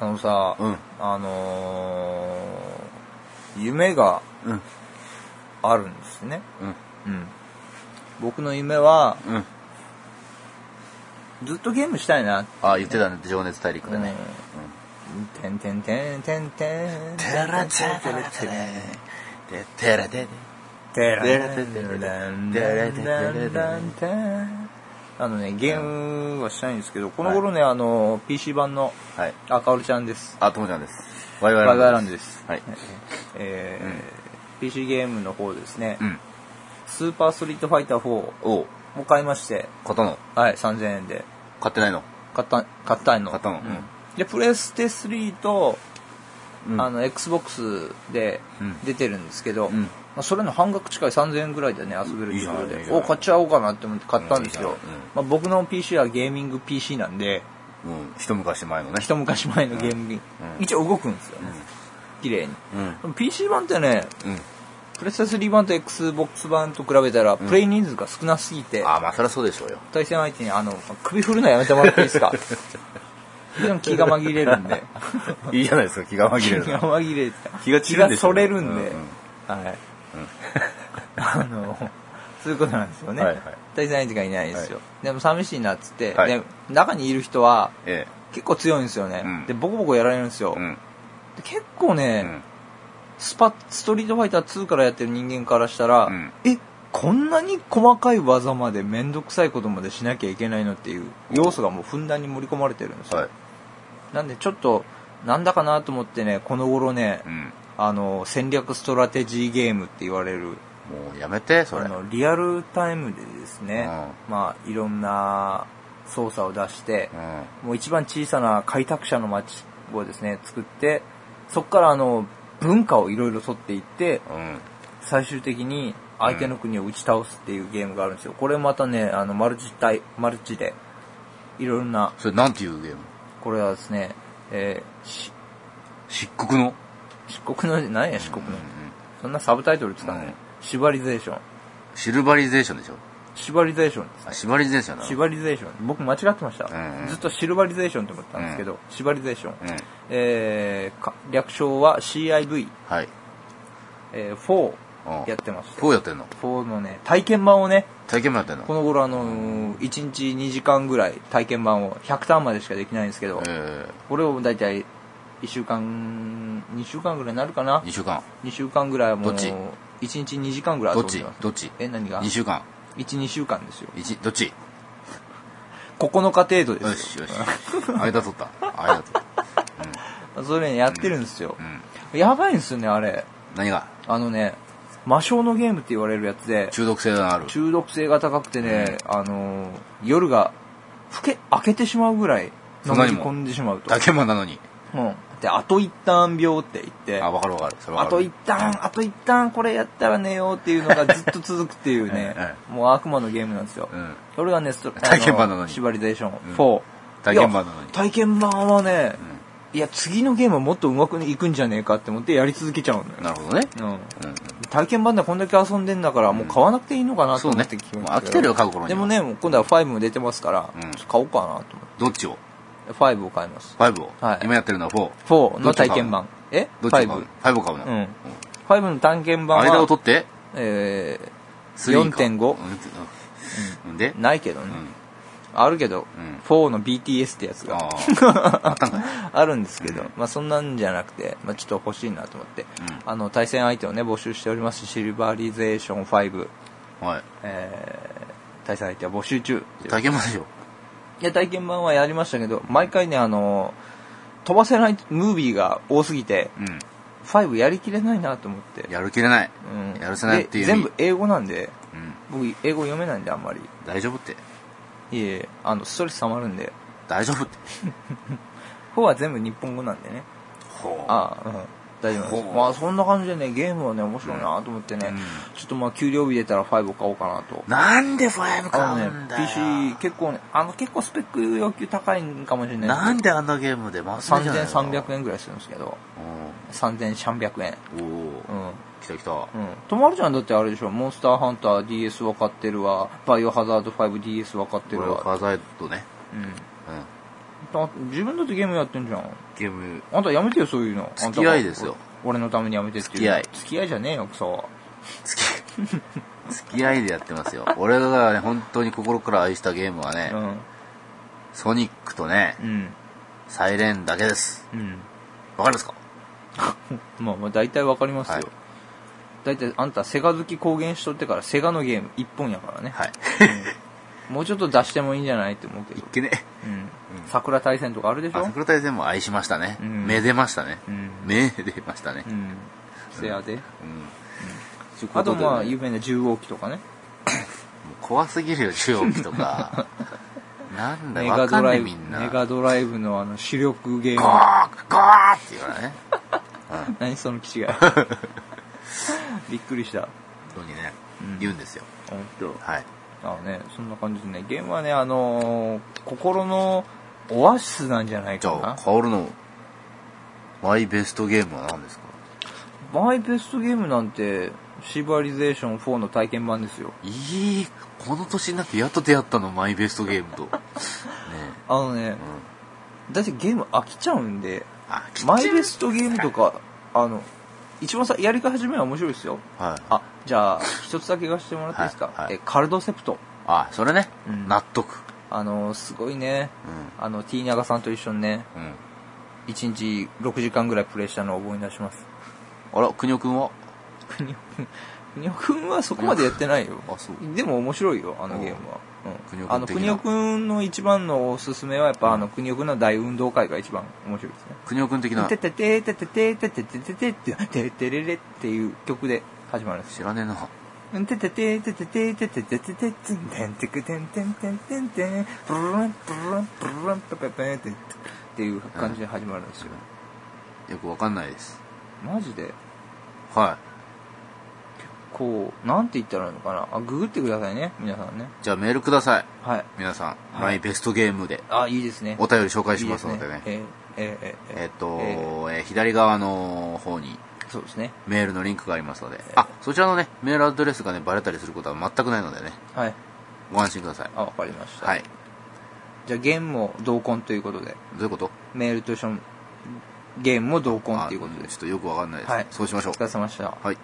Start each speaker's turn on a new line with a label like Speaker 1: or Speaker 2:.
Speaker 1: あのさ、
Speaker 2: うん
Speaker 1: あのー夢が
Speaker 2: うん
Speaker 1: あるんですね。
Speaker 2: うん
Speaker 1: うん。僕の夢は、
Speaker 2: うん
Speaker 1: ずっとゲームしたいな。
Speaker 2: あ言ってたね情熱大陸でね
Speaker 1: てんてんてんてんてん。
Speaker 2: テラテラテラテラでテラテラ
Speaker 1: てらてんてんてんてんてんあのね、ゲームはしたいんですけど、この頃ね、あの、PC 版の、
Speaker 2: はい
Speaker 1: あかおるちゃんです。
Speaker 2: あともちゃんですワイ
Speaker 1: バ
Speaker 2: ワ
Speaker 1: イ
Speaker 2: イ
Speaker 1: バイランドです。
Speaker 2: はい
Speaker 1: えー PC ゲームの方ですね
Speaker 2: う、ん
Speaker 1: スーパーストリートファイター4を
Speaker 2: おう
Speaker 1: 買いまして、
Speaker 2: 買ったの
Speaker 1: はい、3000円で
Speaker 2: 買ってないの
Speaker 1: 買った、買ったの。
Speaker 2: 買ったの
Speaker 1: うんで、プレステ3と、
Speaker 2: うん
Speaker 1: あの、Xbox で
Speaker 2: うん
Speaker 1: 出てるんですけど、
Speaker 2: うん
Speaker 1: まあ、それの半額近い3000円ぐらいでね、遊べるところ
Speaker 2: いいじゃないい
Speaker 1: で、
Speaker 2: いじゃない
Speaker 1: お、買っちゃおうかなって思って買ったんですよ。
Speaker 2: うんいいじゃないうん
Speaker 1: まあ、僕の PC はゲーミング PC なんで、
Speaker 2: うん一昔前のね
Speaker 1: 一昔前のゲームに、
Speaker 2: うん
Speaker 1: 一応動くんですよね。綺麗に。
Speaker 2: うん
Speaker 1: でも PC 版ってね、
Speaker 2: うん
Speaker 1: プレステ3版と Xbox 版と比べたら、プレイ人数が少なすぎて、
Speaker 2: あまあそりゃそうでしょうよ
Speaker 1: 対戦相手に、あの、首振るのやめてもらっていいです かでも気が紛れるんで。
Speaker 2: いいじゃないですか気が紛れる
Speaker 1: 気
Speaker 2: な
Speaker 1: が紛れて
Speaker 2: 気が散るんでしょ
Speaker 1: それるんで、
Speaker 2: うんうん
Speaker 1: はい、あのそういうことなんですよね、
Speaker 2: はいはい
Speaker 1: 対戦相手がいないんですよ、
Speaker 2: は
Speaker 1: でも寂しいなっつって、
Speaker 2: はい
Speaker 1: で中にいる人は
Speaker 2: え
Speaker 1: 結構強いんですよね、
Speaker 2: うん
Speaker 1: でボコボコやられるんですよ、
Speaker 2: えうん
Speaker 1: で結構ね、
Speaker 2: うん
Speaker 1: スパストリートファイター2からやってる人間からしたら、
Speaker 2: うん
Speaker 1: えこんなに細かい技まで面倒くさいことまでしなきゃいけないのっていう要素がもうふんだんに盛り込まれてるんですよ、
Speaker 2: はい
Speaker 1: なんでちょっとなんだかなと思ってねこの頃ね、
Speaker 2: うん
Speaker 1: あの戦略ストラテジーゲームって言われる
Speaker 2: もうやめてそ
Speaker 1: あ
Speaker 2: れ
Speaker 1: のリアルタイムでですね、まあいろんな操作を出して
Speaker 2: う、ん
Speaker 1: もう一番小さな開拓者の街をですね作ってそこからあの文化をいろいろ取っていって
Speaker 2: うん
Speaker 1: 最終的に相手の国を打ち倒すっていうゲームがあるんですよこれまたねあのマルチ対マルチでいろんな
Speaker 2: それなんていうゲーム
Speaker 1: これはですね、えーし
Speaker 2: 漆黒の
Speaker 1: 漆黒の何や漆黒の、そんなサブタイトル使うね、
Speaker 2: うん
Speaker 1: シバリゼーション
Speaker 2: シルバリゼーションでしょ
Speaker 1: シバリゼーションです
Speaker 2: あシバリゼーションなの
Speaker 1: シバリゼーション僕間違ってました、
Speaker 2: うんうん
Speaker 1: ずっとシルバリゼーションと思ってたんですけど、シバリゼーション、
Speaker 2: うん
Speaker 1: えーか略称は CIV4、
Speaker 2: はい
Speaker 1: えー4
Speaker 2: うん
Speaker 1: やってまして
Speaker 2: どうやってんの
Speaker 1: 4のね体験版をね
Speaker 2: 体験もやってんの
Speaker 1: この頃あのー1日2時間ぐらい体験版を100ターンまでしかできないんですけど、
Speaker 2: え
Speaker 1: これを大体1週間2週間ぐらいになるかな
Speaker 2: え2週間
Speaker 1: 2週間ぐらいはもう
Speaker 2: どっち
Speaker 1: 1日2時間ぐらい
Speaker 2: ど
Speaker 1: 遊ん
Speaker 2: っ
Speaker 1: で
Speaker 2: ち
Speaker 1: ます
Speaker 2: どっち
Speaker 1: え何が
Speaker 2: 2週間
Speaker 1: 12週間ですよ
Speaker 2: 一どっち
Speaker 1: 9日程度です
Speaker 2: よしよし間取った間取った
Speaker 1: それねやってるんですよ
Speaker 2: う、ん
Speaker 1: やばいんですよねあれ
Speaker 2: 何が
Speaker 1: あのね魔性のゲームって言われるやつで
Speaker 2: 中毒性のある
Speaker 1: 中毒性が高くてね、あのー夜がふけ明けてしまうぐらい
Speaker 2: そ
Speaker 1: 飲
Speaker 2: ん
Speaker 1: み
Speaker 2: なにも
Speaker 1: 込んでしまうと
Speaker 2: 体験版なのに
Speaker 1: うんであと一旦病って言って
Speaker 2: あわかるわかるそれわ
Speaker 1: あ
Speaker 2: か
Speaker 1: と
Speaker 2: る、
Speaker 1: 一旦、あと一旦これやったら寝ようっていうのがずっと続くっていうね
Speaker 2: え
Speaker 1: もう悪魔のゲームなんですよ。
Speaker 2: うん
Speaker 1: それがね、スト
Speaker 2: 体験版なのに
Speaker 1: あ縛りゼーション4。
Speaker 2: 体験版なの
Speaker 1: い
Speaker 2: に
Speaker 1: や体験版はね、いや、次のゲームはもっとうまくいくんじゃねえかって思ってやり続けちゃうの
Speaker 2: なるほどね
Speaker 1: よ。
Speaker 2: うん
Speaker 1: うん、体験版でこんだけ遊んでんだから、もう買わなくていいのかなと
Speaker 2: そう
Speaker 1: 思
Speaker 2: ね
Speaker 1: って
Speaker 2: もう
Speaker 1: ました
Speaker 2: 飽きてるよ買う頃には
Speaker 1: でもね、もう今度は5も出てますから、
Speaker 2: うん
Speaker 1: ちょっと買おうかなと思
Speaker 2: どっち
Speaker 1: っ
Speaker 2: を
Speaker 1: て。5を買います。
Speaker 2: 5を
Speaker 1: はい
Speaker 2: 今やってるのは4
Speaker 1: 4の体験版。え
Speaker 2: どっちを買う
Speaker 1: ?5。
Speaker 2: 5を買う
Speaker 1: う
Speaker 2: の
Speaker 1: ん。5の体験版は、
Speaker 2: 間を取って
Speaker 1: え
Speaker 2: 3か
Speaker 1: 4.5
Speaker 2: うんで
Speaker 1: ー、ないけどね、
Speaker 2: ん
Speaker 1: あるけど、
Speaker 2: うん
Speaker 1: 4の BTS ってやつが
Speaker 2: あーあったんかい
Speaker 1: あるんですけど、まあそんなんじゃなくて、まあちょっと欲しいなと思って、
Speaker 2: うん
Speaker 1: あの対戦相手をね募集しておりますシルバリゼーション5、
Speaker 2: はい
Speaker 1: えー、対戦相手は募集中
Speaker 2: 体験版でしょ
Speaker 1: いや体験版はやりましたけど毎回ねあの飛ばせないムービーが多すぎて
Speaker 2: うん
Speaker 1: 5やりきれないなと思って、
Speaker 2: やる気れない、
Speaker 1: うん、
Speaker 2: やるせないっていう
Speaker 1: で
Speaker 2: 意味
Speaker 1: 全部英語なんで
Speaker 2: うん、
Speaker 1: 僕英語読めないんであんまり
Speaker 2: 大丈夫って
Speaker 1: いえいえあのストレス溜まるんで
Speaker 2: 大丈夫って
Speaker 1: 4は全部日本語なんでね
Speaker 2: ほう
Speaker 1: ああ、うん、大丈夫なんです
Speaker 2: ほう
Speaker 1: まあそんな感じでねゲームはね面白いなと思ってね、
Speaker 2: うん
Speaker 1: ちょっとまあ給料日出たら5を買おうかなと
Speaker 2: なんで5
Speaker 1: あの
Speaker 2: 買
Speaker 1: ね
Speaker 2: うんだよ
Speaker 1: PC 結構ねあの結構スペック要求高いんかもしれない
Speaker 2: なん
Speaker 1: で
Speaker 2: であんなゲームでマ
Speaker 1: すけ
Speaker 2: ス
Speaker 1: ど
Speaker 2: 目じゃないの
Speaker 1: 3300円ぐらいするんですけど3300円
Speaker 2: おお
Speaker 1: う
Speaker 2: ー
Speaker 1: ん
Speaker 2: 来た来た
Speaker 1: うん、とまるちゃんだってあれでしょ、モンスターハンター DS 分かってるわ、バイオハザード 5DS 分かって
Speaker 2: これ
Speaker 1: る
Speaker 2: は
Speaker 1: わ、
Speaker 2: カザイドね
Speaker 1: うん、
Speaker 2: う
Speaker 1: あ自分だってゲームやってんじゃん
Speaker 2: ゲーム
Speaker 1: あんたやめてよそういうの
Speaker 2: 付き合いですよ
Speaker 1: あんたが俺のためにやめてっていう
Speaker 2: 付き合い
Speaker 1: 付き合いじゃねえよクソ
Speaker 2: 付き付き合いでやってますよ俺がね本当に心から愛したゲームはね、
Speaker 1: うん
Speaker 2: ソニックとね
Speaker 1: うん
Speaker 2: サイレンだけです
Speaker 1: うん
Speaker 2: わかりますか
Speaker 1: まあまあ大体わかりますよ、
Speaker 2: はい
Speaker 1: 大体あんたセガ好き公言しとってからセガのゲーム一本やからね、
Speaker 2: はい
Speaker 1: もうちょっと出してもいいんじゃないって思うけ
Speaker 2: いっ
Speaker 1: ど、
Speaker 2: けね
Speaker 1: うん桜大戦とかあるでし
Speaker 2: あ
Speaker 1: ょ
Speaker 2: 桜大戦も愛しましたね、
Speaker 1: うん
Speaker 2: めでましたね、
Speaker 1: うん
Speaker 2: めでましたね
Speaker 1: う、んせやで、
Speaker 2: うんちゅうこ
Speaker 1: あと
Speaker 2: で
Speaker 1: まあ
Speaker 2: も
Speaker 1: 有
Speaker 2: う
Speaker 1: 名な10号機とかね
Speaker 2: 怖すぎるよ中央機と かなんだ
Speaker 1: メ
Speaker 2: よ
Speaker 1: ガ
Speaker 2: わか
Speaker 1: ド
Speaker 2: ん
Speaker 1: ラ
Speaker 2: ねえ
Speaker 1: イブ
Speaker 2: みんな
Speaker 1: メガドライブのあの主力ゲー
Speaker 2: ゴ
Speaker 1: ム
Speaker 2: ーゴーって言うからねうん
Speaker 1: 何その 気違いびっくりした
Speaker 2: 本当にね、
Speaker 1: うん
Speaker 2: 言うんですよ
Speaker 1: 本当。
Speaker 2: はい
Speaker 1: ああねそんな感じでねゲームはねあのー心のオアシスなんじゃない
Speaker 2: じ
Speaker 1: か
Speaker 2: ゃあ
Speaker 1: な
Speaker 2: カオルのマイベストゲームは何ですか
Speaker 1: マイベストゲームなんてシバリゼーション4の体験版ですよ
Speaker 2: いいこの年になってやっと出会ったのマイベストゲーム とね
Speaker 1: あのね
Speaker 2: え、うん、
Speaker 1: だってゲーム飽きちゃうんで
Speaker 2: あきっち
Speaker 1: マイベストゲームとかあの一番さやり始めは面白いですよ
Speaker 2: はい
Speaker 1: あじゃあ一つだけ言わせてもらっていいですか、
Speaker 2: はいはい
Speaker 1: えカルドセプト
Speaker 2: あそれね、
Speaker 1: うん
Speaker 2: 納得
Speaker 1: あのすごいね
Speaker 2: う
Speaker 1: あの T 長さんと一緒にね
Speaker 2: んうん
Speaker 1: 1日6時間ぐらいプレイしたのを思い出します
Speaker 2: あら邦夫君は
Speaker 1: ふにょくんふにょくんはそこまでやってないよ
Speaker 2: あそう
Speaker 1: でも面白いよあのゲームは、
Speaker 2: く
Speaker 1: う
Speaker 2: に
Speaker 1: ん、
Speaker 2: おくん
Speaker 1: あの
Speaker 2: 的な
Speaker 1: くにおくんの一番のおすすめはやっぱあのくにおくんの大運動会が一番面白いですね
Speaker 2: 邦夫君的な
Speaker 1: ててててててててててててててれれっていう曲で始まるんです
Speaker 2: 知
Speaker 1: よ
Speaker 2: らねえな
Speaker 1: ててててててててててててんてんてくてんてんてんてんてんプルルンプルルンプルルンペペペってっていう感じで始まるんですよ
Speaker 2: よくわかんないです
Speaker 1: マジで
Speaker 2: は
Speaker 1: こうなんて言ったらいいのかなあググってくださいね皆さんね
Speaker 2: いじゃあメールください
Speaker 1: はい
Speaker 2: 皆さん、
Speaker 1: はい
Speaker 2: マイベストゲームで
Speaker 1: あいいですね
Speaker 2: お便り紹介
Speaker 1: い
Speaker 2: し
Speaker 1: い
Speaker 2: ますすのでね
Speaker 1: えーえーえー
Speaker 2: えっと、
Speaker 1: えー
Speaker 2: えー左側の方に
Speaker 1: そうですね。
Speaker 2: メールのリンクがありますので、あ、そちらのね、メールアドレスがね、バレたりすることは全くないのでね、
Speaker 1: はい。
Speaker 2: ご安心ください。
Speaker 1: あ、わかりました。
Speaker 2: はい。
Speaker 1: じゃあ、ゲームも同梱ということで、
Speaker 2: どういうこと
Speaker 1: メールと一緒に、ゲームも同梱
Speaker 2: あ
Speaker 1: ということで
Speaker 2: ちょ
Speaker 1: す
Speaker 2: っ。とよくわかんないです、
Speaker 1: はい
Speaker 2: そうしましょ
Speaker 1: お
Speaker 2: う
Speaker 1: 疲。れ様でした。
Speaker 2: はい。